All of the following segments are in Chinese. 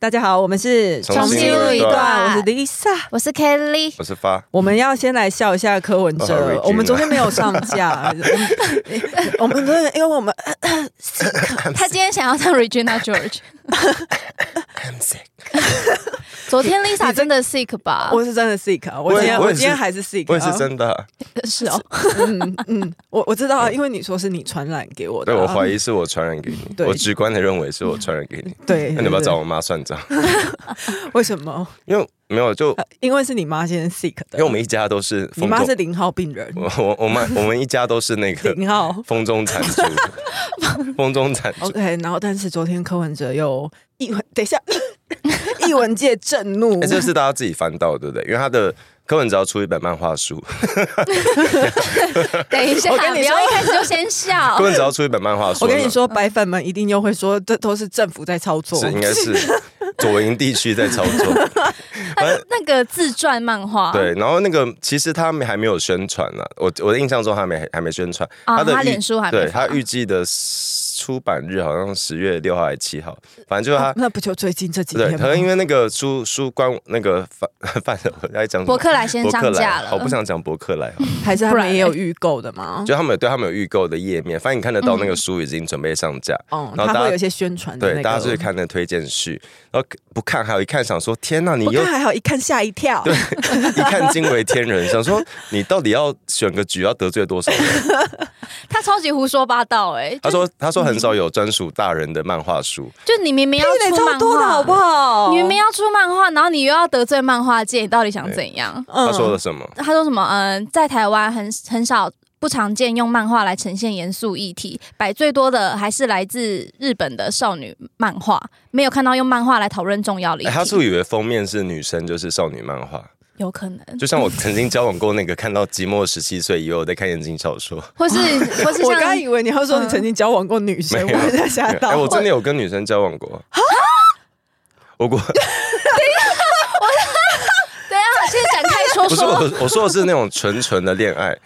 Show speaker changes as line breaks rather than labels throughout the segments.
大家好，我们是
重新
录一段
我是 Lisa。
我是 Kelly，
我是发，
我们要先来笑一下柯文
哦
哲
，Regina。
我们昨天没有上 架， 我们昨天因为我们
他今天想要当 Regina George。昨天 Lisa 真的 sick 吧？
我是真的 sick，啊我今天
Ah 我也
我
是
今天还是 sick，啊
我也是真的，
是哦，
嗯 嗯，我我知道啊，因为你说是你传染给我的
对
啊，
我怀疑是我传染给你，
对
我直观的认为是我传染给你。
对，
那你要不要
对
找我妈算账？
对为什么？
因为没有就
呃因为是你妈先 sick 的，
因为我们一家都是
你
风
妈是
中，
零号病人，
我 我我们我们一家都是那个
零 号。
风中产 出，风中产出。
OK，然后但是昨天柯文哲又一文，等一下， 一文界震怒
哎，，这是大家自己翻到的对不对？因为他的柯文哲要出一本漫画书，
等一下，
我跟你
不
说
要一开始就先 笑
柯。文哲要出一本漫画
啊
书，
我跟你，说，
嗯
白粉们一定又会说，这都是政府在操作，
是应该 是左营地区在操作。
他的那个自传漫画，
对，然后那个其实他们还没有宣传呢、我我的印象中还没还没宣传，
啊
的
他
预
脸书还没
对
发
他预计的出版日好像十月六号还是七号，反正就是他。
哦那不就最近这几
对，
天
可
吗
能？因为那个书书官那个范 范我在讲什么
博客来先
博
上
客来
架了
我不想讲博客来，
还是他
不
们
然
也有预购的吗？
就他们有对他们有预购的页面，反正你看得到
嗯
那个书已经准备上架，
哦，
然后
他
大
会
家
有一些宣传的那
对，
个，
大家就去看那推荐序，然后不看还有一看想说天呐，你
不
又
看还好，一看吓一跳。
对，一看惊为天人，想说你到底要选个局要得罪多少人？
他超级胡说八道哎、
啊
他说：“他说很少有专属大人的漫画书，
就就你明明要
对，
出
超
漫
多的好不
画，
好？
你明明要出漫画，然后你又要得罪漫画界，你到底想怎样？
他说了什么？
他说什么？嗯、在台湾很很少。不常见用漫画来呈现严肃议题，摆最多的还是来自日本的少女漫画，没有看到用漫画来讨论重要的议
哎
题。
他是不是以为封面是女生就是少女漫画，
有可能，
就像我曾经交往过那个看到寂寞十七岁以后在看言情小说，
或是或是
我
像
刚以为你要说你曾经交往过女生，
没有
我在吓
哎，
到。
我真的有跟女生交往过。我过
对啊，现在展开说
不是
说，
我，我说的是那种纯纯的恋爱。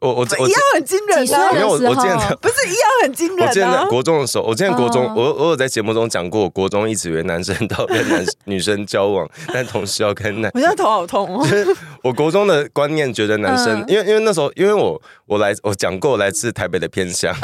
我我我
一样很惊人
几岁
啊！
没有我我之前
不是一样很惊
我
人
之前在
啊！
国中的时候，我之前国中
哦，
我我有在节目中讲过，我国中一直以为男生到跟男女生 交往，但同时要跟男
我现在头好痛哦。
我国中的观念觉得男生，
嗯
因为因为那时候，因为我我来我讲过，我来自台北的 偏乡，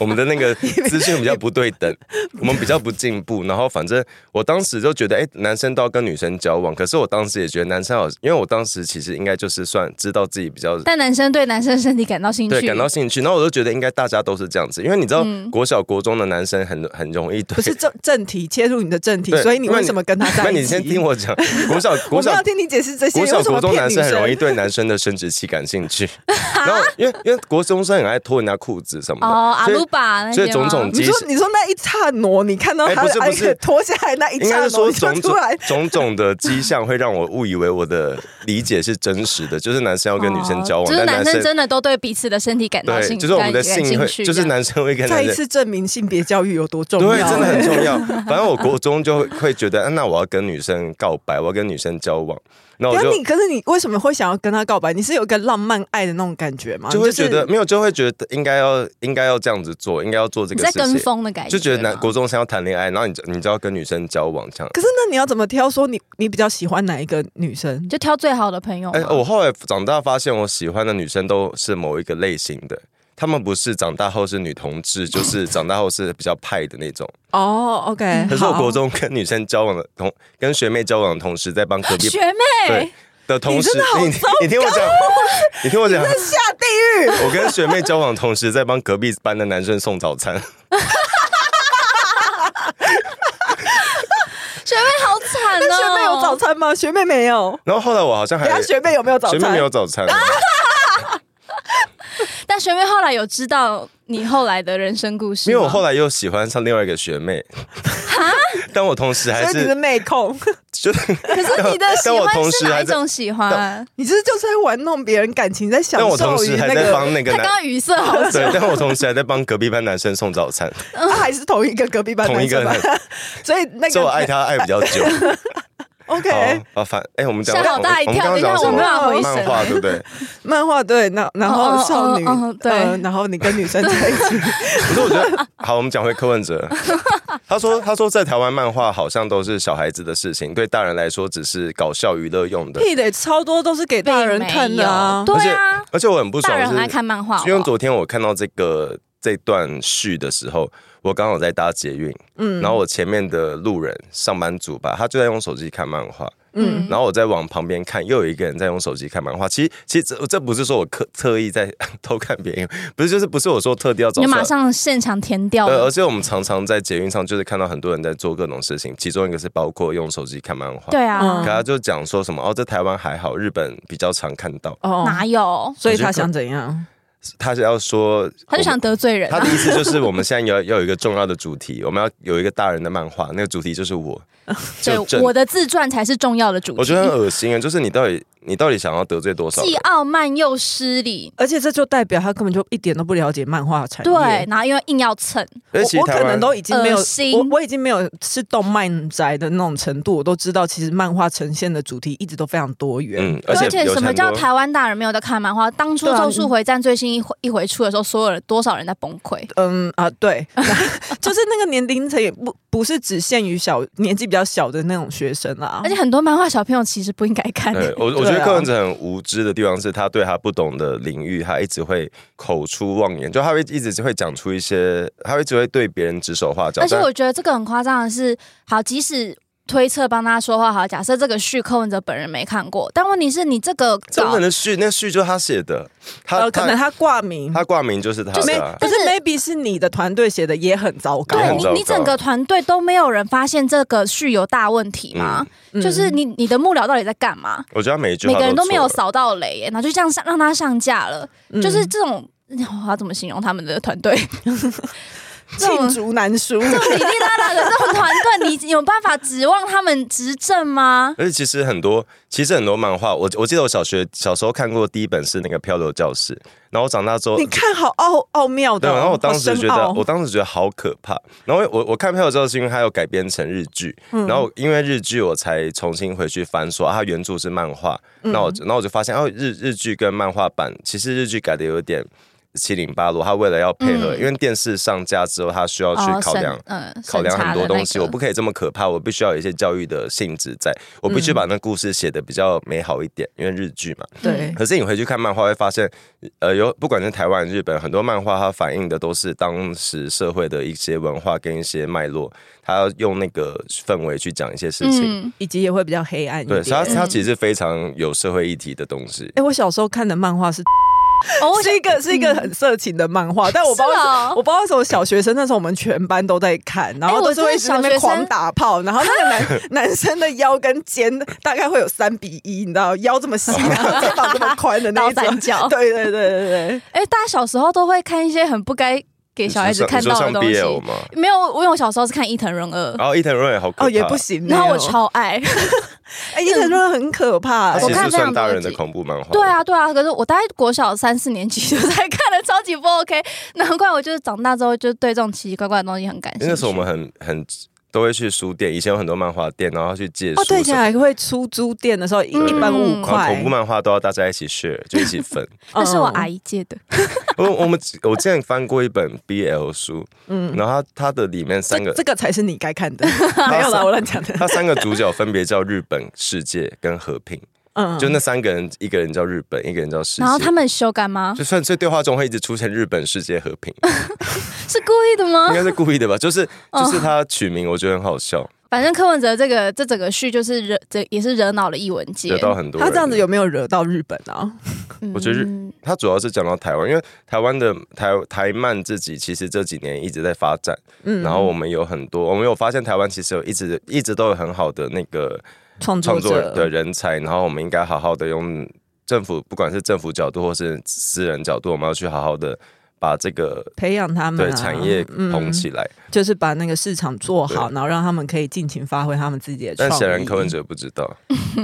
我们的那个资讯比较不对等，我们比较不进步。然后反正我当时就觉得，哎、男生都要跟女生交往，可是我当时也觉得男生好，因为我当时其实应该就是算知道自己比较。
但男生对男生身体感到兴趣，
对，感到兴趣，然后我就觉得应该大家都是这样子，因为你知道，国小国中的男生很很容易对
嗯不是正正题切入你的正题，
对
所以你
那
为什么跟他在
那
一起？
你先听我讲，国小
我
国
们
小
要听你解释这些。
国
为
小
什
国
么
中
骗
男
女
生
生
很容易对男生的生殖器感兴趣，然后因为因为国中生很爱脱人家裤子什么的，
哦，阿
所以
鲁巴那些
所以种种
你
其
说
实
你说那一刹那，你看到
哎
他
不是
的
不是
哎 脱下来那一
应该
刹
是
那，
说
你就
种
出
种
来，
种种的迹象会让我误以为我的理解是真实的，就是男生要跟女生交往，
哦就是
但
男
男
生真的都对彼此的身体感到
对，
兴，
就是我们的性会
感，兴趣
就是
这样
男生会跟
再
男
一
生。
次证明性别教育有多重要。
对，真 的很重要。反正我国中就会会觉得，啊那我要跟女生告白，我要跟女生交往，那我
可
就是
你，可是你为什么会想要跟他告白？你是有一个浪漫爱的那种感觉吗？
就会
是
觉得嗯没有，就会觉得应该要应该要这样子做，应该要做这
你
个
在
事情。
跟风的感觉，
就觉得男
吗
国中生要谈恋爱，然后你就你就要跟女生交往这样。
可是那你要怎么挑？说你你比较喜欢哪一个女生？
就挑最好的朋友
哦
嘛。
哎、我后来长大发现，我喜欢的女生都是某一个类型的，她们不是长大后是女同志， 就是长大后是比较派的那种。
哦，OK、o k
嗯可是我国中跟女生交往的同，跟学妹交往的同时，在帮隔壁
学
对
妹，
的同时
你真的好，
你你听我 讲，你听我讲，
下地狱。
我跟学妹交往的同时，在帮隔壁班的男生送早餐。
学妹好惨哦，
学妹有 早餐吗？学妹没有。
哎然后后来我好像还
等一下学妹有没有早
学
餐？
妹没有早餐。
但学妹后来有知道你后来的人生故事
因
吗，
为我后来又喜欢上另外一个学妹，但我同时还
所以你是
是
妹控，
就
可是你的喜
但我
欢
同
是
时
哪
还
一
在
种喜欢？
你这就是在玩弄别人感情，在享
但我同
受于
时还
那
在
个，
帮那个
他刚
男，
刚语塞好久，
对，但我同时还在帮隔壁班男生送早 餐，
他啊还是同一个隔壁班
同一
男
个
生吧，所以那
所以我爱
个
他爱比较 久。
OK
好，啊反哎，我们讲
吓
到
好大一
我们
跳，
刚
等
刚
一下我
讲什
没
么？
办法回
漫画对
神。
不对？
漫画对，然然
哦
后
哦
少女
哦哦对
呃然后你跟女生在一起，
可是我觉得，好，我们讲回柯 文哲，他说他说在台湾漫画好像都是小孩子的事情，对大人来说只是搞笑娱乐用的。
屁的超多都是给大人看的啊。
并没有对啊，
而且我很不爽
大人很爱
是，
看漫画好不
因为
好，
昨天我看到这个这段序的时候，我刚好在搭捷运，
嗯
然后我前面的路人上班族吧，他就在用手机看漫画，
嗯，
然后我再往旁边看，又有一个人在用手机看漫画。其实其实这这不是说我刻特意在 偷看别人，不是就是不是我说特地要找
你就马
出来
上现场填掉
对，而
了。
且我们常常在捷运上就是看到很多人在做各种事情，其中一个是包括用手机看漫画。，
对啊
可
嗯，
他就讲说什么哦，在台湾还好，日本比较常看到。
哦
哪有？
所以他想怎样？
他是要说，
他就想得罪人
他
啊
的！意思就是我们现在要要有一个重要的主题，我们要有一个大人的漫画，那个主题就 是我。
对
就，正
我的自传才是重要的主题。
我觉得很恶心啊，就是你到底你到底想要得罪多少人？
既傲慢又失礼，
而且这就代表他根本就一点都不了解漫画产业。
对，然后又硬要蹭，
而且其
我
实
我
台
可
湾
能都已经没有
恶心，
我我已经没有是动漫宅的那种程度，我都知道其实漫画呈现的主题一直都非常多元。
嗯，而且有
什么
很
叫
多
台湾大人没有在看漫画？当初
对
《
啊
咒术回战》最新一回一回出的时候，所有人多少人在崩溃？
嗯啊，对， 就是那个年龄层也不不是只限于小年纪比较小的那种学生啦，
而且很多漫画小朋友其实不应该看。
对 我，我
对
觉得
啊
柯文哲很无知的地方是他对他不懂的领域，他一直会口出妄言，就他会一直会讲出一些，他会一直会对别人指手画脚。
而且
但
我觉得这个很夸张的是，好，即使推测帮他说话，好，假设这个序柯文哲本人没看过，但问题是你这个
这
稿
可能序，那序就是他写的，他
呃，可能他
他
挂名，
他挂名就是他
就
的
may-
啊，
可是
但是
maybe 是你的团队写的也很糟糕，
也
对
很
你
糟，
你
糕
整个团队都没有人发现这个序有大问题吗？
嗯
就是你你的幕僚到底在干嘛？
我觉嗯得他每一句话
每个人都没有
错了
扫到雷耶，然后就这样上让他上架了，
嗯
就是这种。我要怎么形容他们的团队？这种
罄竹难书。
这种里里拉拉的这种团队，你你有办法指望他们执政吗？
而且其实很多，其实很多漫画，我我记得我小学小时候看过第一本是那个《漂流教室》，然后我长大之后
你，看好奥奥妙的
对，
哦，
然后我当时觉
好深
得，哦
奥
我当时觉得好可怕。然后我我看《漂流教室》是因为它有改编成日剧，
嗯
然后因为日剧我才重新回去翻说啊，它原著是漫画，
嗯
那我就那我就发现哦，日日剧跟漫画版其实日剧改的有点。七零八落，它为了要配合，
嗯
因为电视上架之后，它需要去
哦
考量、
嗯，
考量很多东
审查
西，
的那个
我不可以这么可怕，我必须要有一些教育的性质在，我必
嗯
须把那故事写的比较美好一点，因为日剧嘛。
对，
可是你回去看漫画，会发现，呃，有不管是台湾、日本，很多漫画它反映的都是当时社会的一些文化跟一些脉络，它要用那个氛围去讲一些事情。
嗯，
以及也会比较黑暗一
对，
点。
所以它它
嗯
其实是非常有社会议题的东西。
哎、我小时候看的漫画是
哦，
是一个是一个很色情的漫画，但我不知道为什么、
是哦
我不知道为什么小学生那时候我们全班都在看，然后
哎
都是会一直在那
我
边
是小学生
狂打炮，然后那个 男男生的腰跟肩大概会有三比一，你知道腰这么细，然后肩膀这么宽的那 一
倒三
种。
角。
对对对对对，
哎，大家小时候都会看一些很不该给小孩子
你说
看
你说
到的
像
东西。呃
BL 吗？
没有，因为我小时候是看伊藤润二，
然后伊藤润也好可怕，
哦也不行。
啊
然后我
没有，
超爱。
哦
哎，伊藤润很可怕欸
它
我
其
看
实
非常
算大
多
人的
集
恐怖漫 画。
对啊，对啊，可是我大概国小三四年级就在看了，超级不 OK，难 怪我就是长大之后就对这种奇奇怪怪的东西很感兴趣。
因 为那时候我们很很都会去书店，以前有很多漫画店，然后去借书
哦，
什么
对，
的。
现在还会出租店的时候一
嗯
一般五
然后
块嗯
恐怖，漫画都要大家一起 share，就一 起分。
那是我阿
姨。
姨借的，
我我们我之前翻过一本 BL 书，
嗯，
然后它它的里面三
这
个
这，个才是你该 看的，没有啦，我乱讲的。
它三个主角分别叫日本、世界跟和平，
嗯，
就那三个人，一个人叫日本，一个人叫世界。
然后他们修改吗？
就算这对话中会一直出现日本、世界、和平，
是故意的吗
哦
应？该是故意的吧？就是就是他取名，我觉得很好笑，
反正柯文哲这个这整个序就是惹这也是惹恼了易文杰
惹，到很多人。
他这样子有没有惹到日本啊？
嗯
我觉得日他主要是讲到台湾，因为台湾的台台漫自己其实这几年一直在发展，
嗯，
然后我们有很多，我们有发现台湾其实有一直一直都有很好的那个
创
创
作
作
者
的人才，然后我们应该好好的用政府不管是政府角度或是私人角度，我们要去好好的把这个
培养他们、啊、
对产业捧起
嗯，
来。
就是把那个市场做好，然后让他们可以尽情发挥他们自己的创
但
意。
显然柯文哲不知道，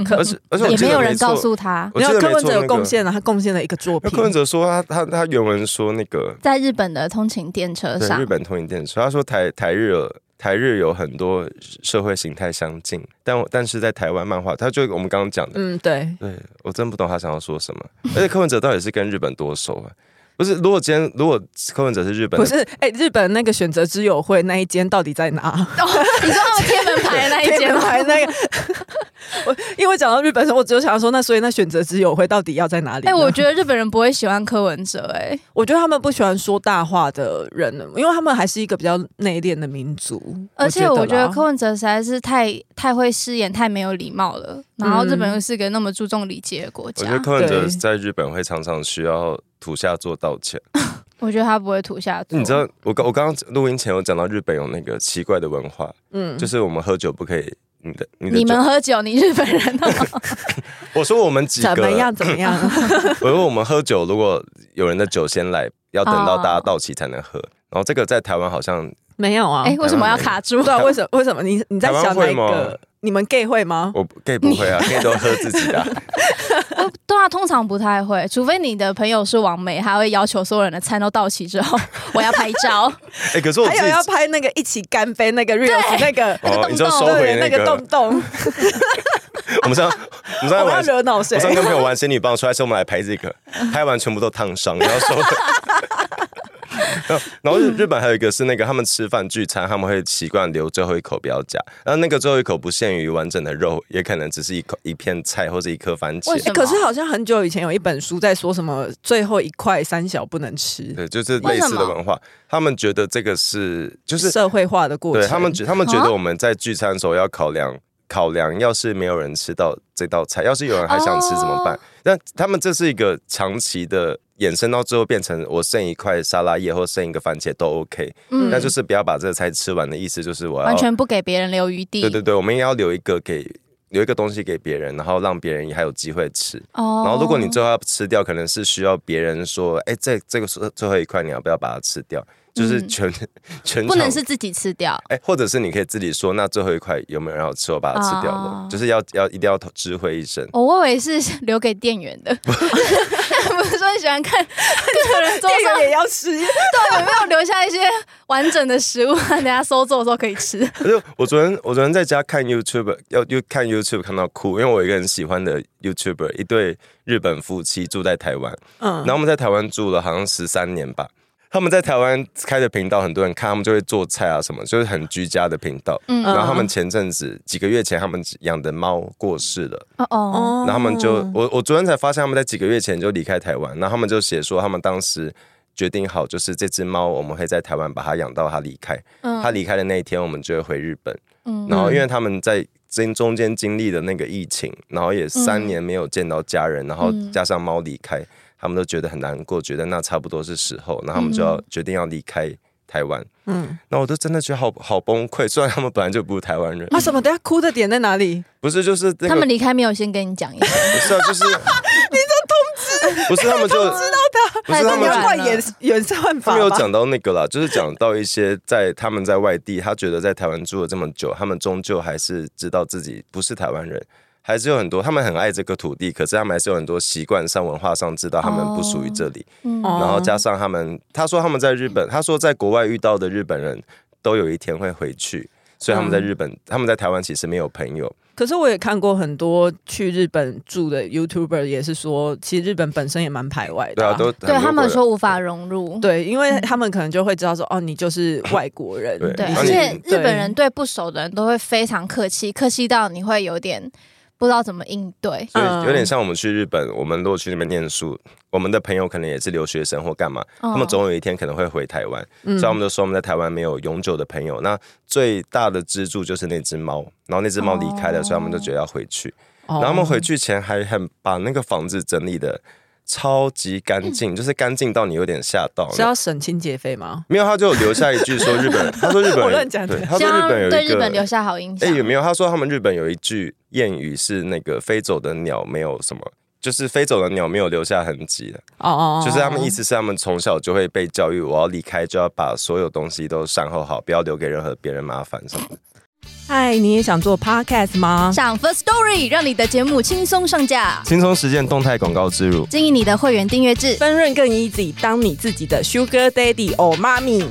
而且而且我
也
记
没
得
有人
错
告，诉他，
我
没
记
有
得
柯文
没错
哲有
那个
贡，献了，啊他贡献了一个作
那
品。
柯文哲说他他他原文说那个
在日本的通勤电车
对
上
日，本通影电视，他说台台日有台日有很多社会形态相近，但但是在台湾漫画，他就我们刚刚讲的，
嗯，对，
对我真不懂他想要说什么。而且柯文哲到底是跟日本多熟啊？不是，如果今天如果柯文哲是日本
不
的，
是，哎、日本那个选择之友会那一间到底在哪？
你说他们贴门牌的 那一间吗？
还 那个，我因为讲到日本的时候，我只有想要说，那所以那选择之友会到底要在哪里呢？
哎、我觉得日本人不会喜欢柯文哲、哎，
我觉得他们不喜欢说大话的人，因为他们还是一个比较内敛的民族。
而且
我
我觉得
啦
柯文哲实在是太太会失言，太没有礼貌了。然后
嗯
日本又是个那么注重礼节的国
我
家
觉得，柯文哲
对
在日本会常常需要土下座道歉。
我觉得他不会吐下。
哦
你知道，我刚我刚刚录音前有讲到日本有那个奇怪的文化，
嗯
就是我们喝酒不可以，你的你的
你们
酒，
喝酒，你日本人 哦、
我说我们几个啊
怎么样怎么样，
我说我们喝酒，如果有人的酒先来，要等到大家到齐才能喝。然后这个在台湾好像，
没有啊？
哎、为什么要卡住
不？知道为什么？为什么你你在想
台湾
哪
会
一
吗
个？你们 gay 会吗？
我 gay 不会啊，gay 都喝自己的啊、
对啊，通常不太会，除非你的朋友是王美，他会要求所有人的餐都到齐之 后，我要拍照。
哎、可是我自
还
己
有要拍那个一起干杯那个 reels 那个
哦，你就收回
对
那
那
个
个，洞洞，
我们上我们上
我要
玩，
惹恼谁
我？上跟朋友玩仙女棒，出来时候我们来拍这个，拍完全部都烫伤，然后收回。然后然后日日本还有一个是那个，他们吃饭聚餐，他们会习惯留最后一口不要夹，然后那个最后一口不限于完整的肉，也可能只是一口一片菜或者一颗番
为
茄
什，
哎可是好像很久以前有一本书在说什么最后一块三小不能吃，
对，就是类似的文化。他们觉得这个是就是
社会化的过程。
对他们觉他们
啊
觉得我们在聚餐的时候要考量考量，要是没有人吃到这道菜，要是有人还想吃怎么办
哦？
那、他们这是一个长期的衍生，到最后变成我剩一块沙拉叶或剩一个番茄都 OK，、
嗯
但就是不要把这个菜吃完的意思，就是我要
完全不给别人留余地。
对对对，我们也要留一个给留一个东西给别人，然后让别人也还有机会吃。
哦
然后，如果你最后要吃掉，可能是需要别人说：“哎，这这个是最后一块，你要不要把它吃掉？”就是
嗯
全、全
不
场
能是自己吃掉，
哎，或者是你可以自己说，那最后一块有没有人要吃，我把它吃掉了，
啊
就是要要一定要知会一声。
哦，我以为是 留给店员 的。不是说你喜欢看客人桌
店
上
员也要吃，
到底有没有留下一些完整的食物， 大家收走的时候可以 吃？
可是我昨天我昨天在家看 YouTube，要又看 YouTube 看到哭，因为我有一个很喜欢的 YouTuber，一对日本夫妻住在台湾，
嗯
然后我们在台湾住了好像十三年吧。他们在台湾开的频道，很多人看，他们就会做菜啊什么，就是很居家的频道。
嗯
然后他们前阵子几个月前，他们养的猫过世了，
哦哦，
然后他们就我我昨天才发现，他们在几个月前就离开台湾，然后他们就写说他们当时。决定好，就是这只猫，我们会在台湾把它养到它离开。
嗯
它离开的那一天，我们就会回日本。
嗯
然后，因为他们在经中间经历的那个疫情，然后也
嗯
三年没有见到家人，然后加上猫离开，他们都觉得很难过，觉得那差不多是时候，然后他们就
嗯
要决定要离开台湾。
嗯，
那我就真的觉得好好崩溃，虽然他们本来就不是台湾人，
啊什么？等一下哭的点在哪里？
不是就是那
他
个
们离开没有先跟你讲一声，
不是啊，就是 你这通知，不是他们就知道他，哎不是
那
他
你
们
要
就。
换演演算
他
法
们有
吧。
讲到那个啦，就是讲到一些在他们在外地，他觉得在台湾住了这么久，他们终究还是知道自己不是台湾人，还是有很多他们很爱这个土地，可是他们还是有很多习惯上、文化上知道他们不属于这里。
嗯
哦
然后加上他们，他说他们在日本，他说在国外遇到的日本人都有一天会回去，所以他们在日本，他们在台湾其实没有朋友，
可是我也看过很多去日本住的 YouTuber，也是说，其实日本本身也蛮排外
对
的、
啊，都
对他们
很多国人
说无法融入，
对，因为他们可能就会知道说，哦，你就是外国人，
对
对，
你是
而且日本人
对
对不熟的人都会非常客气，客气到你会有点不知道怎么应对。
所以有点
嗯
像我们去日本，我们如果去那边念书，我们的朋友可能也是留学生或干嘛，
他
他们总有一天可能会回台湾，
哦嗯
所以我们就说我们在台湾没有永久的朋友。那最大的支柱就是那只猫，然后那只猫离开了，
哦
所以他们就觉得要回去。
哦
然后他们回去前还很把那个房子整理的超级干净，就是干净到你有点吓到。
是要省清洁费吗？
没有，他就有留下一句说日本，他说日本
我
人
乱讲的
对，他
希
说日
望
本有一个
对日本留下好印
哎、
象。
有没有？他说他们日本有一句谚语是那个飞走的鸟没有什么就是飞走的鸟没有留下痕迹的，
哦哦
就是他们意思是他们从小就会被教育，我要离开就要把所有东西都善后好，不要留给任何别人麻烦什么的。
嗨，哎你也想做 podcast 吗？
上 First Story 让你的节目轻松上架，
轻松实践动态广告植入，
经营你的会员订阅制。
分润更 easy，当你自己的 sugar daddy or mommy。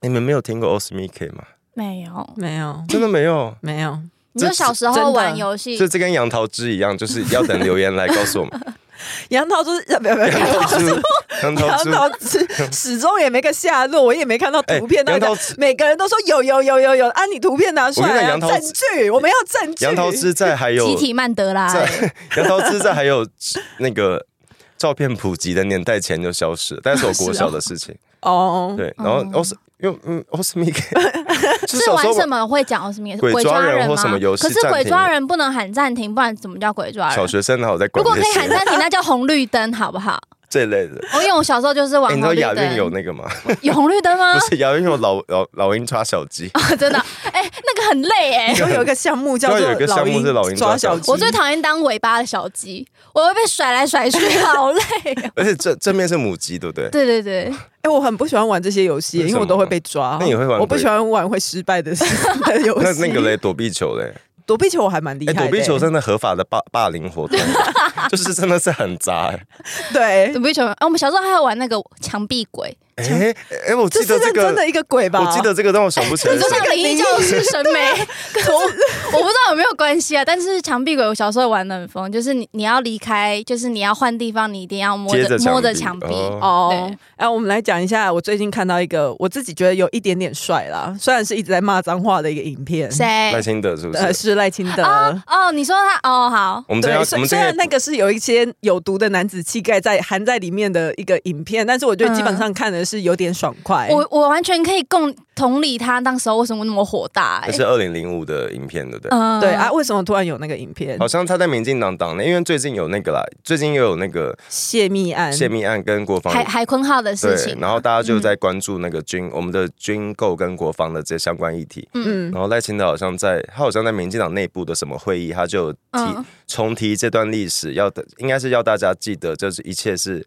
哎你们没有听过 Osmike 吗？
没有，
没有，
真的没有。
没有，
你说小时候玩游戏
就，这跟杨桃汁一样，就是要等留言来告诉我们。
杨桃就是呃没有没有
杨
杨
桃
桃
汁，杨桃
杨
汁，
桃汁始终也没个下落，我也没看到图片。
哎
大家
杨桃汁
每个人都说有有有有有，啊，你图片拿出
我跟你
来啊，
讲杨桃
证
汁
据，我们要证据。
杨桃汁在还有
集体曼德拉、
在 杨桃汁在还有那个照片普及的年代前就消失了，但是我国小的事情。
哦，
对，然后 os 因为嗯 osmic 就是小
玩
时候
什么会讲什么
鬼抓人或什么游戏
可是
暂
鬼
停
抓
了
人不能喊暂停，不然怎么叫鬼抓
小
人？
学生哪有在
如
管
果可
这
以喊
些
暂停，那叫红绿灯，好不 好？哦
这类的？
我因为我小时候就是玩
哎，你知
红
道
绿
亚运
灯，
有那个吗？
有红绿灯吗
不？是亚运有老老老鹰抓小鸡，
真的，哎、那个很累哎、
就有一个项目叫
对
做
有一个
老
项目是老
鹰
鹰
抓
抓
小
小
鸡，
我最讨厌当尾巴的小鸡，我会被甩来甩去，好累、哦。
而且正正面是母鸡，对 不 对？
对对对，
哎、我很不喜欢玩这些游戏，
为什
因
么
为我都会被抓。
那你会玩
我不喜欢玩会失败的的游
那
戏。
那个嘞，躲避球嘞，
躲避球我还蛮厉害
哎，
的、
躲避球真的合法的霸霸凌活动，就是真的是很杂哎。
对，
躲避球。哎、我们小时候还有玩那个墙壁鬼，
哎哎，我
这
记
是
得这
认真的
个，
一个鬼吧？
我记得这个，但我想不起来
你说
是什么。
像灵异教师审美，可是我我不知道有没有关系啊。但是墙壁鬼，我小时候玩的很疯，就是你你要离开，就是你要换地方，你一定要摸
接
着
着
摸着墙
墙
壁
壁。
哦
对。
哎、我们来讲一下，我最近看到一个我自己觉得有一点点帅啦，虽然是一直在骂脏话的一个影片。？
谁
赖？清德是不
呃，
是？
是赖清德。
哦哦，你说他哦好，
我们这
对，
要我
虽
们这
虽然
要
那个是有一些有毒的男子气概在含在里面的一个影片，但是我觉得基本上看的是有点爽快。
嗯我我完全可以共同理他当时候为什么那么火大、欸
那是。二零零五的影片，对不对？
嗯
对啊，，为什么突然有那个影片
好？像他在民进党党内，因为最近有那个啦，最近又有那个
泄密案，
泄密案跟国防
海海坤号的事
对
情，，
然后大家就在关注那个军、我们的军购跟国防的这些相关议题。
嗯，
然后赖清德好像在，他好像在民进党内部的什么会议，他就有提、
嗯
重提这段历史，要的应该是要大家记得，就是一切是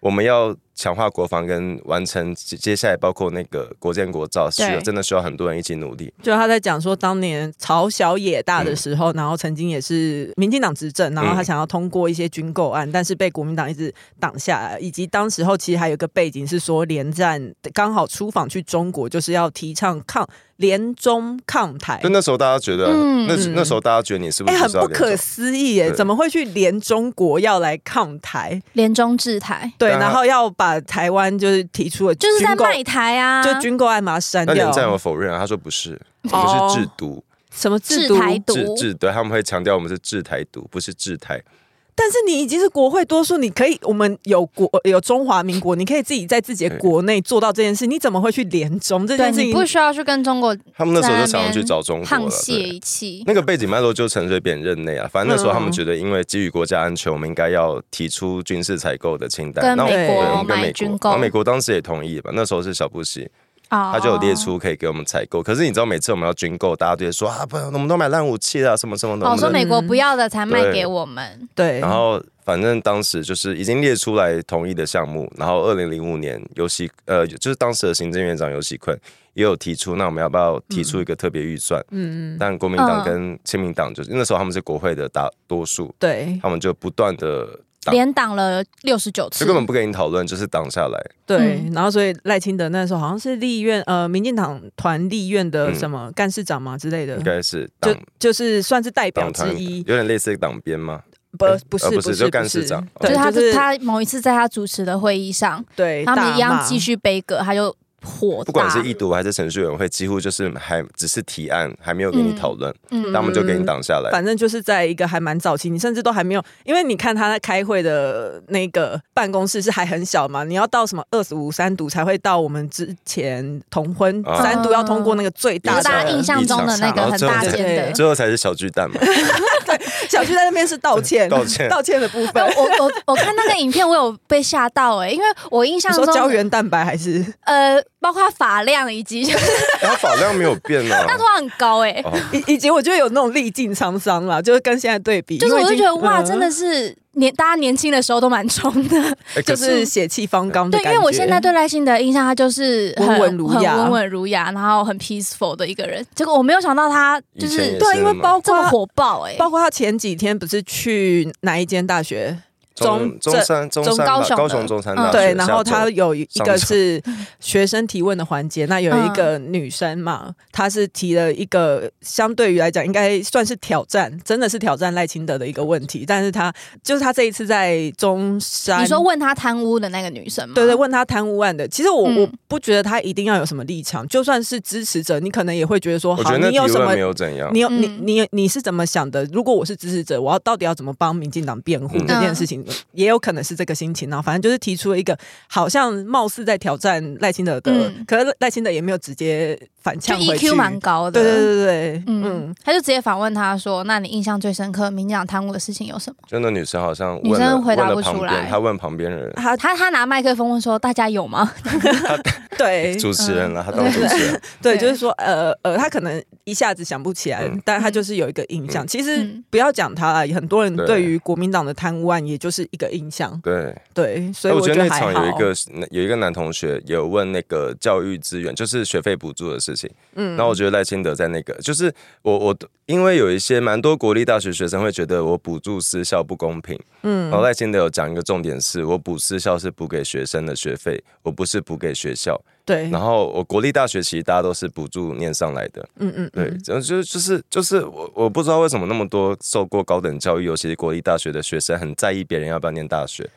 我们要强化国防跟完成接接下来包括那个国建国造，需要
对
真的需要很多人一起努力。
就他在讲说，当年朝小野大
嗯
的时候，然后曾经也是民进党执政，然后他想要通过一些军购案，但是被国民党一直挡下来，以及当时候其实还有一个背景是说，连战刚好出访去中国，就是要提倡抗联中抗台
就。那时候大家觉得，
哎嗯
那那时候大家觉得你是不
哎、
是
很
是要
不
联手
可思议耶！
对
怎么会去连中国要来抗台？
联中制台，
对，
但他
然后要把台湾就是提出了
就是在
军购
卖台啊，
就军购案把它删
那
掉
连，战有否认啊？他说不是，我
哦
们是制毒，
什么制
制
度？
台独，
制制对，他们会强调我们是制台独，不是制台。
但是你已经是国会多数，你可以，我们有国有中华民国，你可以自己在自己的国内做到这件事，你怎么会去联中这
对
件事
你
情？
不需要去跟中国
他们那时候就
在那
想要
边
去找中国
沆瀣
了。对
一气。
那个背景脉络就陈水扁任内啊，反正那时候他
嗯
们
嗯
觉得，因为基于国家安全，我们应该要提出军事采购的清单。
跟
那我
美
对
国
我们跟
买
美
军
国，
购哦
然后美国当时也同意吧。那时候是小布希，
他
他就有列出可以给我们采购。可是你知道，每次我们要军购，大家都会说啊，不，我们都买烂武器啊，什么什么的。
哦，
我们
说
的
美国不要的才卖
对
给我们，
对，
然后反正当时就是已经列出来同意的项目，然后二零零五年尤喜呃，就是当时的行政院长尤喜坤也有提出，那我们要不要提出一个特别预算？
嗯，
但国民党跟亲民党就是、那时候他们是国会的大多数，
对
他们就不断的挡，
连挡了六十九次
就根，本不跟你讨论，就是挡下来。
对
嗯，
然后所以赖清德那时候好像是立院呃民进党团立院的
嗯
什么干事长嘛之类的
应，该是党
就就是算是代表
党
之
团
一
有，点类似党鞭吗？
不
哎
不是
呃不是
不是
就干事长
不
就是
对，
他
就是
他某一次在他主持的会议上，
对
他们一
大
样
骂
继续悲歌，他就火大，
不管是议读还是程序委员会，几乎就是还只是提案，还没有给你讨论，
嗯
他们就给你挡下来。
反正就是在一个还蛮早期，你甚至都还没有，因为你看他在开会的那个办公室是还很小嘛，你要到什么二十五三读才会到我们之前同婚、
啊
三读要通过那个最
就
大
是
的，
大家印象中的那个很大
然后
间
最后
的
对。
最后才是小巨蛋嘛，
小区在那边是道歉，
道 歉
道歉的部分
但。我欸我我看那个影片，我有被吓到哎、因为我印象
你
中
说胶原蛋白还是
呃，包括发量以
哦
及
然后发量没有变啊。
那头发很高哎、
哦
以以及我觉得有那种历尽沧桑啦，就是跟现在对比，
就是
因
我
为
就
已经
觉得哇，
嗯
真的是年大家年轻的时候都蛮冲的，
哎
就
可
是血气方刚的
对，因
感觉。
为我现在对赖幸德的印象，他就是很
温文儒雅
很温文儒雅，然后很 peaceful 的一个人。结果我没有想到他就
以前也
是
是
对，因为
吗
包
这么
括
火爆哎、
包括他前几天不是去哪一间大学
中
中
中山中山吧
高雄的
高雄中山
嗯
大学，
对，然后
下
他
周
有一
上
个
周
是学生提问的环节，那有一
嗯
个女生嘛，她是提了一个相对于来讲应该算是挑战，真的是挑战赖清德的一个问题，但是她就是她这一次在中山，
你说问他贪污的那个女生吗？
对对，问他贪污案的，其实我、
嗯
我不觉得他一定要有什么立场，就算是支持者，你可能也会觉得说，
我觉
好，
得那
你有
提
什么
问没？有怎样
你。有你
嗯
你你是怎么想的？如果我是支持者，我要到底要怎么帮民进党辩护
嗯
这件事情，也有可能是这个心情。然后反正就是提出了一个好像貌似在挑战赖清德的，
嗯
可是赖清德也没有直接反
就
呛回去。
EQ E 蛮高的，
对对对对，嗯，
嗯，他就直接反问他说：“那你印象最深刻民进党贪污的事情有什么
就那女生好像
女
问
生
了
回答
问了
不
旁
出
边，
来
她问旁边人？”，
他
他他拿麦克风问说：“大家有吗
对
主持人
嗯
啊了，她当主持 人，
对，
对
就是说，呃呃，他可能一下子想不起来，
嗯
但他就是有一个印象。其实
嗯
不要讲他啦，很多人
对
对于国民党的贪污案，也就是一个印象。
对。
对，所以
哎我
觉
得那
还
场有一
好。
个有一个男同学有问那个教育资源，就是学费补助的事情。嗯，然后我觉得赖清德在那个，就是我我因为有一些蛮多国立大学学生会觉得我补助私校不公平。嗯，然后赖清德有讲一个重点是，我补私校是补给学生的学费，我不是补给学校。
对，
然后我国立大学其实大家都是补助念上来的。
嗯嗯，
对，然后就就是就是我我不知道为什么那么多受过高等教育，尤其是国立大学的学生，很在意别人要不要念大学。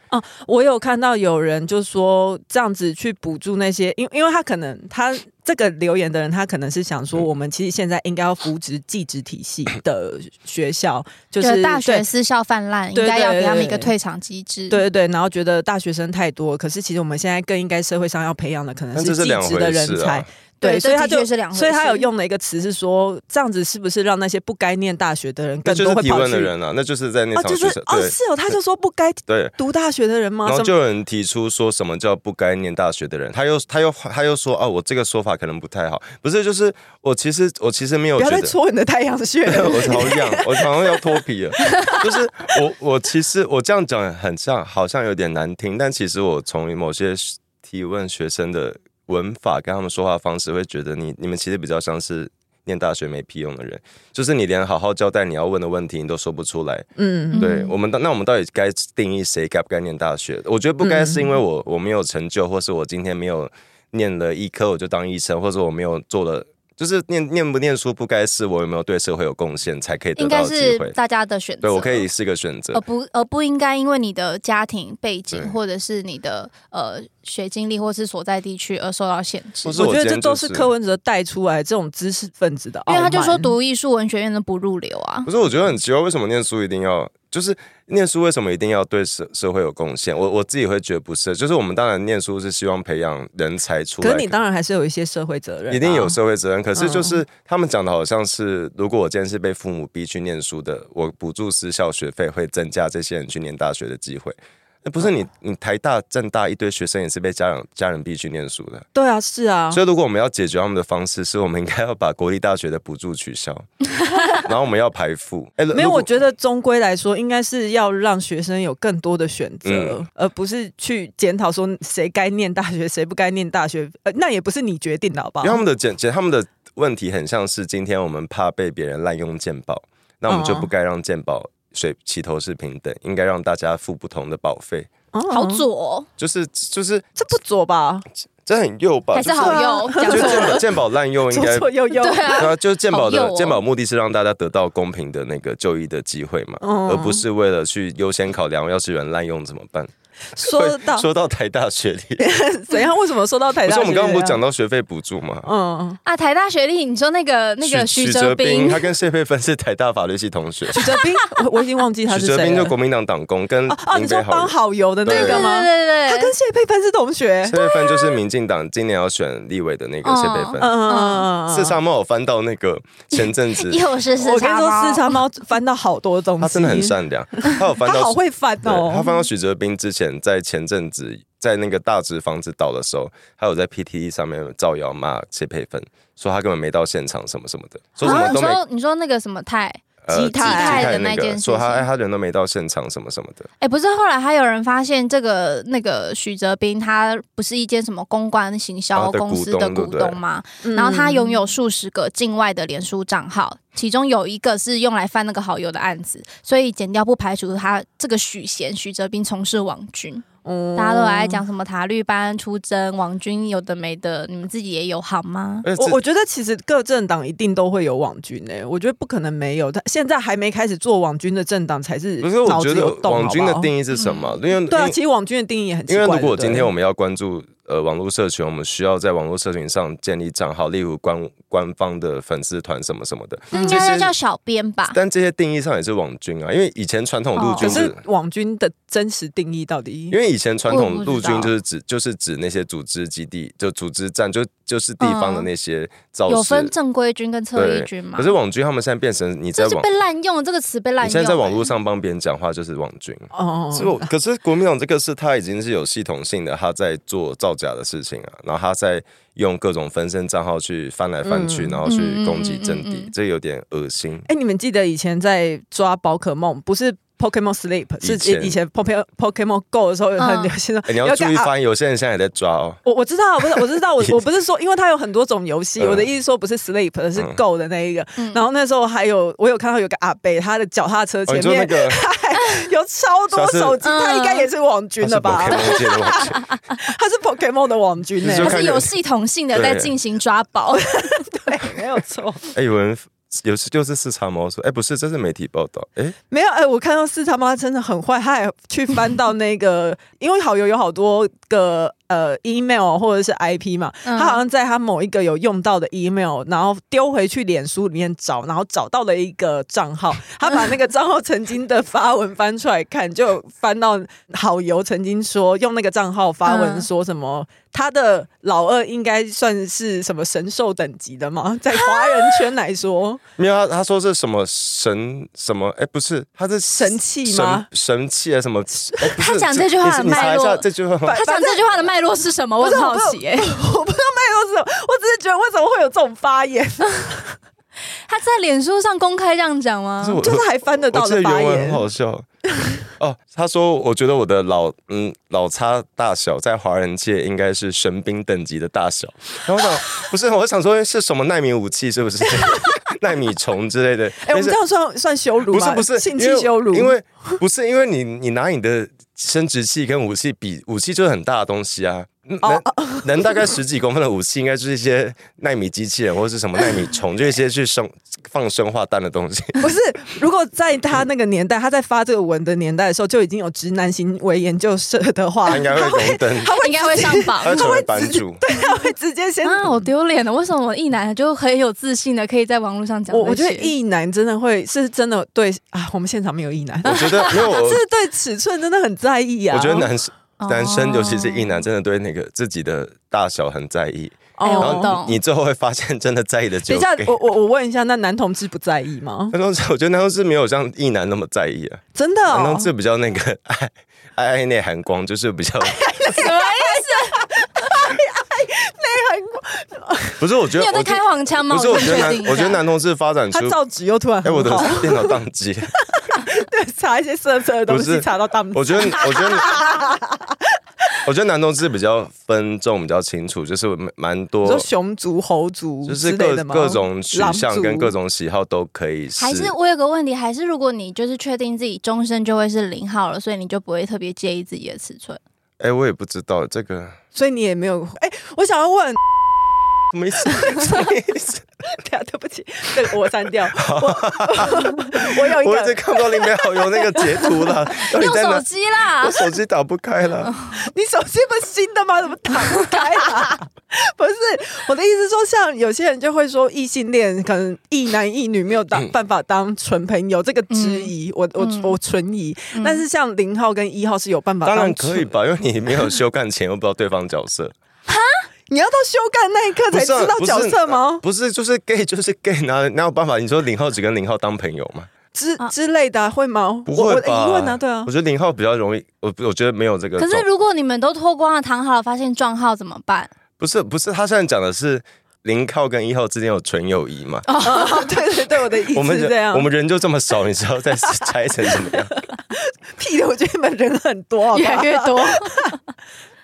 我有看到有人就说这样子去补助那些，因因为他可能他这个留言的人，他可能是想
嗯
说，我们其实现在应该要扶植技职体 系的学校，？”就
就是大
对
学私校泛滥，
对
应该要
对
给他们一
对
个
对
退场机制。
对对对，然后觉得大学生太多，可是其实我们现在更应该社会上要培养的可能
但这是
技
两
职的
回
人
事
才，
啊。
对，
对
所以
这
他
的
就
确是两回
所以他有
事
用了一个词是说，这样子是不是让那些不该念大学的人
那
更
就是
多会
提
跑
问
去？
的人啊，那就是在那
哦，
场
就
学
是
生、
哦，是哦，他就说不该
对对。
读大学的人吗？
然后
什
就
么？
有人提出说什么叫不该念大学的人，他又他又他又说哦，我这个说法可能不太好，不是，就是我其实我其实没有
不
觉
要再
得，
戳你的太阳 穴了。
我好痒，我好像要脱皮了。就是我我其实我这样讲很像，好像有点难听，但其实我从某些提问学生的文法跟他们说话方式，会觉得你你们其实比较像是。念大学没屁用的人，就是你连好好交代你要问的问题你都说不出来。
嗯，
对我们到，那我们到底该定义谁该不该念大学？我觉得不
嗯
该是因为我我没有成就，或是我今天没有念了医科我就当医生，或者我没有做了，就是念念不念书不该是我有没有对社会有贡献才可以得
应
到
该
的机
是
会。
大家的选择。
对我可以是个选择
哦
而，不而不应该因为你的家庭背
对
景或者是你的呃学经历或是所在地区而受到限制
或。是
我觉
我
得
今
这
天
都
就是是
柯文哲带出来这种知识分子的傲
因
慢，
为他就说读艺术文学院的不入流啊
不，是，我觉得很奇怪，为什么念书一定要就是念书为什么一定要对社社会有贡献？我我自己会觉得不是，就是我们当然念书是希望培养人才出来，
可是你当然还是有一些社会责任啊，
一定有社会责任。可是
嗯
就是他们讲的好像是，如果我今天是被父母逼去念书的，我补助私校学费会增加这些人去念大学的机会。那不是
嗯
你，你台大、政大一堆学生也是被家长家人逼去念书的。
对啊，是啊，
所以，如果我们要解决他们的方式，是我们应该要把国立大学的补助 取消，然后我们要排富。哎，
没有，我
得。
觉得终归来说，应该是要让学生有更多的选择，
嗯
而不是去检讨说谁该念大学，谁不该念大学。呃，那也不是你决定的，好不好
因为？他们的简简他们的问题很像是今天我们怕被别人滥用鉴宝，那我们就
嗯
不该让鉴宝水齐头是平等，应该让大家付不同的保费。
哦
好，左、哦，
就是就是
这不左吧？
这很右吧？
还是好
啊
右，讲
哦就是
错
就鉴宝
了。
鉴宝 滥用应
左
该
左。右右，
对啊，
对啊，就是鉴宝
好
的
右哦
鉴宝目的是让大家得到公平的那个就医的机会嘛，
嗯
而不是为了去优先考量，要是有人滥用怎么办？
说到
会说到台大学历，
怎样？为什么说到台
不
大？
是我们刚刚不是讲
到，
到学费补助吗？
嗯，
啊，台大学历，你说那个那个
许
徐哲
斌，
斌，
他跟谢佩芬是台大法律系同学，
许哲斌，我我已经忘记 他
许
是
哲
谁
斌
了
就。国民党党工，跟
哦哦，你
林北
说帮
好友。
好友的那
对
个
对
吗？
对对
他跟
对，，
谢佩芬是同学
谢。佩芬就是民进党今年要选立委的那个谢佩
嗯
芬。
嗯嗯嗯嗯
四叉猫有翻到那个前阵子
又是
我
四
跟你
叉
说，
猫
四叉猫翻到好多东西，
他真的很善良，他有翻
嗯他
到
好会翻
对
哦。
他翻到许哲斌之前，在前阵子在那个大直房子倒的时候，他有在 PTE 上面造谣骂谢佩芬，说他根本没到现场什么什么的，说什么
啊你
都没。
说你说那个什么泰，
呃
基泰
基
的那
那
件
个
事
说他
情
哎他人都没到现场什么什么的，
哎、不是，后来还有人发现这个那个许哲斌，他不是一间什么公关行销
啊的
公司的
股东对
股
不对
东吗？然后他拥有数十个境外的脸书账号，其中有一个是用来翻那个好友的案子，所以剪掉不排除他这个许贤许哲斌从事网军。
嗯
大家都来。讲什么塔绿班出征、网军有的没的，你们自己也有好吗？
而且
我
这
我觉得其实各政党一定都会有网军诶、我觉得不可能没有。他现在还没开始做网军的政党才是
不是我
脑
觉
子
得
有动
网军的
好不好
定义是什么？因为
对啊，
因
其实网军的定义也很奇
因
怪。
为如果今天我
们
们要关注呃网络社群，我们需要在网络社群上建立账号，例如官官方的粉丝团什么什么的。
那应
这
该
些
叫小编吧？
但这些定义上也是网军啊，因为以前传统
哦
陆
可
军是，
是网军的真实定义到底
因为以前传
我
统
不
陆
知道
军就是指就是指那些组织基地，就组织站，就就是地方的那些造
嗯
势。
有分正规军跟侧翼
对
军吗？
可是网军他们现在变成你在
这是
网，
被滥用这个词被滥
你
用、
现在在网
欸
络上帮别人讲话就是网军。
哦
是我，可是国民党这个是他已经是有系统性的，他在做造假的事情啊，然后他在用各种分身账号去翻来翻去，
嗯
然后去攻击政敌，
嗯嗯嗯嗯
这有点恶心。
哎、你们记得以前在抓宝可梦，不是 Pokemon Sleep，是
以前
以前 Pokemon Pokemon Go 的时候很
嗯
流行的、
哎，你要注
跟
意
啊
翻译，有些人现在也在抓哦。
我我知道，不是我知 道，我我不是说，因为它有很多种游戏，
嗯
我的意思说不是 Sleep，是
嗯
Go 的那一个。
嗯
然后那时候还有我有看到有个阿伯，他的脚踏车
哦，
前
你说
面、 哎
那个
有超多手机，
下次
他应该也是网军的吧？
他是
他是 Pokemon
Pokemon 界的网军
的网军呢、
你就
它
看
是
着
有系统性的在
对
进行抓 宝，
对，欸 没有错。
哎，有人有时就是四叉猫说，哎，不是，这是媒体报道。哎，
没有，哎、我看到四他妈真的很坏，他还去翻到那个， 因为好友有好多个呃 email 或者是 IP 嘛，
嗯
他好像在他某一个有用到的 email，然后丢回去脸书里面找，然后找到了一个账号，他把那个账号曾经的发文翻出来看，就翻到好友曾经说用那个账号发文说什么。他的老二应该算是什么神兽等级的吗？在华人圈来说，
没有，他他说是什么神什么？哎，不是，他是
神器吗
神神器啊，什么？哎不是
他讲这句话的
你查
脉
一
络
下这句话。
他讲这句话的脉络是什么？我
不是
很好奇、欸，
我不知道脉络是什么，我只是觉得为什么会有这种发 言，
他在脸书上公开这样讲吗
可？我
就是还翻得到
我记
的
得
发
原文
言
很。好笑。哦，他说：“我觉得我的老嗯老差大小在华人界应该是神兵等级的大小。”然后我想，不是，我想说是什么纳米武器，是不是 纳米虫之类的？
哎、我
但
们
是
这样算算羞辱
不是
吗？
不是
性
因
侵
为
羞辱，
因为不是因为你你拿你的生殖器跟武器比，武器就是很大的东西啊。嗯
哦
能能大概十几公分的武器，应该就是一些纳米机器人或者是什么纳米虫，就一些去生放生化弹的 东西。
不是，如果在他那个年代，他在发这个文的年代的时候，就已经有直男行为研究社的话，
他应该会荣登，
应该会上榜
他会成为版主。
他会直 接先。
啊，好丢脸的！为什么一男就很有自信的可以在网络上讲这
我
些？
我觉得异男真的会是真的对啊，我们现场没有异男，
我觉得没有，我
是对尺寸真的很在意啊。
我觉得男生
哦
男生尤其是一男，真的对那个自己的大小很在意。
哎
然
我
哦，
后
懂
你你最后会发现，真的在意的只
等一
有
下
gay，。
我我我问一下，那男同志不在意吗？
男同志， 我觉得男同志没有像一男那么在意啊。
真的、哦，
男同志比较那个 爱爱爱内含光，就是 比较
什么意思？
不是。我觉
你有
得
在
我觉
开黄腔吗？
不是，我
不
觉得
确
男
定一下。啊
我觉得男同志发展出
他，造纸又突然
哎，我
很
的
好，
电脑宕机。
对，查一些色色的东
不
西，
是
查到大拇指
我觉得，我觉得， 我觉得男同志比较分众比较清楚，就是蛮蛮
你
多
说熊族、猴族
就
之
是
类
各
的吗
各种取向跟各。
狼族
种喜好都可以试。
还是我有个问题，还是如果你就是确定自己终身就会是零号了，所以你就不会特别介意自己的尺寸。
哎、我也不知道这 个
所以你也没有哎、我想要问，
什么意思。什么意思
对啊，对不起，这个我删 掉。我 我 有一
我一直
个，
看不到里面好有那个截图 了，到底
用
在
手
哪？
机啦
我，手机打不开了。
你手机不是新的吗？怎么打不开啊？ 不是我的意思是说，像有些人就会说异性恋可能一男一女没有当、办法当纯朋友，这个质
嗯
疑、我我我存疑。但是像零号跟一号是有办法
当
当
然
纯
可以吧，因为你没有修干前，又不知道对方 角色，
你要到休干那一刻
不
才
是啊
知道角色吗？
不是，就是 gay 就是 gay，哪哪有办法？你说零号只跟零号当朋友吗？
之
啊
之类的啊、会吗？
不
我
会
我的
吧？
疑问啊，对啊
我，觉得零号比较容易，我我觉得没有这个
可
状。
是如果你们都脱光了躺好了，发现撞号怎么办？
不是不是，他现在讲的是零号跟一号之间有纯友谊嘛？
对对对，我的意思
我们
哦是这样。
人我们人就这么少，你知道再 拆成什么样？
屁的，我觉得你们人很多， 好不好
啊
多。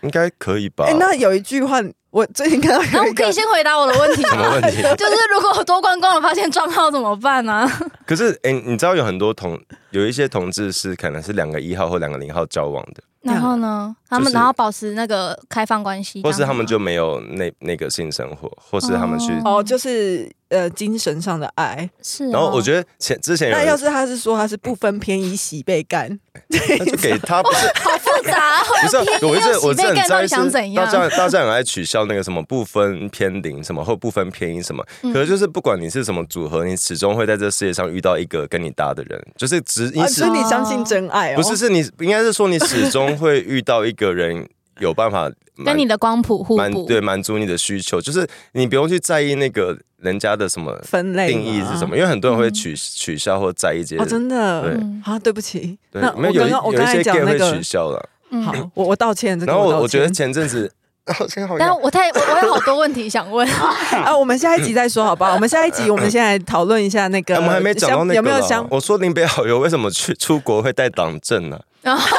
应该可以吧？
哎、那有一句话，我最近看到
那
有一
我可以
个，
先回答我的问题
什么
吗？
问 题？
就是如果我脱光光了，发现撞号怎么办呢、啊？
可是哎、你知道有很多同有一些同志是可能是两个一号或两个零号交往的，
然后呢？他
就
们
是
然后保持那个开放关系，
或是
这样
他们
子吗
就没有那那个性生活，或是他们去。
哦
哦，就是呃，精神上的爱。
是、啊
然后我觉
得
得前之前有
那
人
要是他是说他是不分偏移洗被干，
那就给他不是
好复杂、哦。
不 是啊，我
要
是
洗
我是
被
很
盖到
在
底
意
想
是
怎
大
样
家大家很爱取笑那个什么不分偏零什么或不分偏一什么，
嗯
可是就是不管你是什么组合，你始终会在这世界上遇到一个跟你搭的人，就是只你
啊
始
所以你相信真爱哦？
不是是你应该是说你始终会遇到一个人有办法
跟你的光谱互
满
补，
对满足你的需求，就是你不用去在意那个人家的什么
分类
定义是什么，？因为很多人会取取笑或在意这
嗯哦，
些人。
真的
对
嗯
啊，对不起。
对
那，
没
我
有有
刚
一
刚我
有一
刚才
些 gay
讲那
会
个
取，笑了，
嗯
好，我我道 歉，这个
然后我
道
我觉得
歉。
前阵子， 好像好
但我太我我有好多问题想 问，
啊，我们下一集再说好不好？我们下一集我们先来讨论一下那个，
哎我们还没讲到那个
有没有
啦
相
我说林北好友为什么去出国会带党证 呢、
哦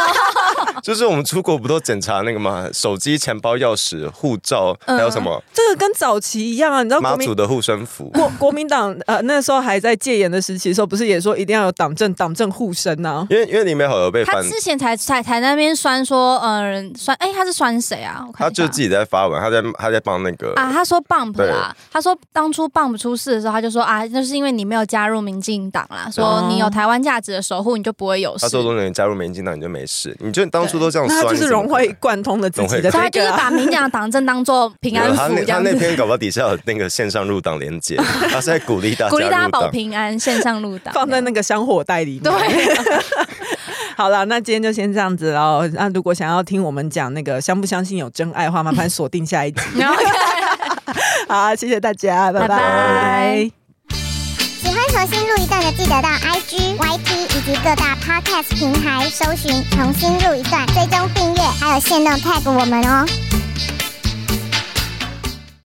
就是我们出国不都检查那个吗？手机、钱包、钥匙、护照，还有什么
这个跟早期一样啊，你知道嗯
妈
国民
祖的护身符？
国国民党呃那时候还在戒严的时期的时候，不是也说一定要有党政党政护身啊呐、
因为因为林北好友被
他
翻，
之前才才才那边酸说，嗯、呃，酸哎、他是酸谁啊？我看
他
一下
就自己在发文，他在他在帮那个
啊，他说 bump 啦，他说当初 bump 出事的时候，他就说啊，那是因为你没有加入民进党啦，说你有台湾价值的守护，你就不会有事
哦他。说：“如果你加入民进党，你就没事。你就当初都这样
那他
酸，
就是融会
会。
贯通了自己
所
的
以他
这
就是
个、啊。
把民进党党政当做平安
他
符
那
这
他
样
那
子，
篇搞不好底下有那个线上入党连 接，他是在鼓励大家
鼓励大家
入
保
党。
平安，线上入党，
放在那个香火袋里面。
对，
好了，那今天就先这样子喽。那如果想要听我们讲那个相不相信有真爱的话，麻烦锁定 下一集。
然后
好，谢谢大家，拜
拜拜
喜欢重新录一段的，记得到 IG、YT 以及各大 Podcast 平台搜寻“重新录一段”，追踪订阅，还有限定 tag 我们哦。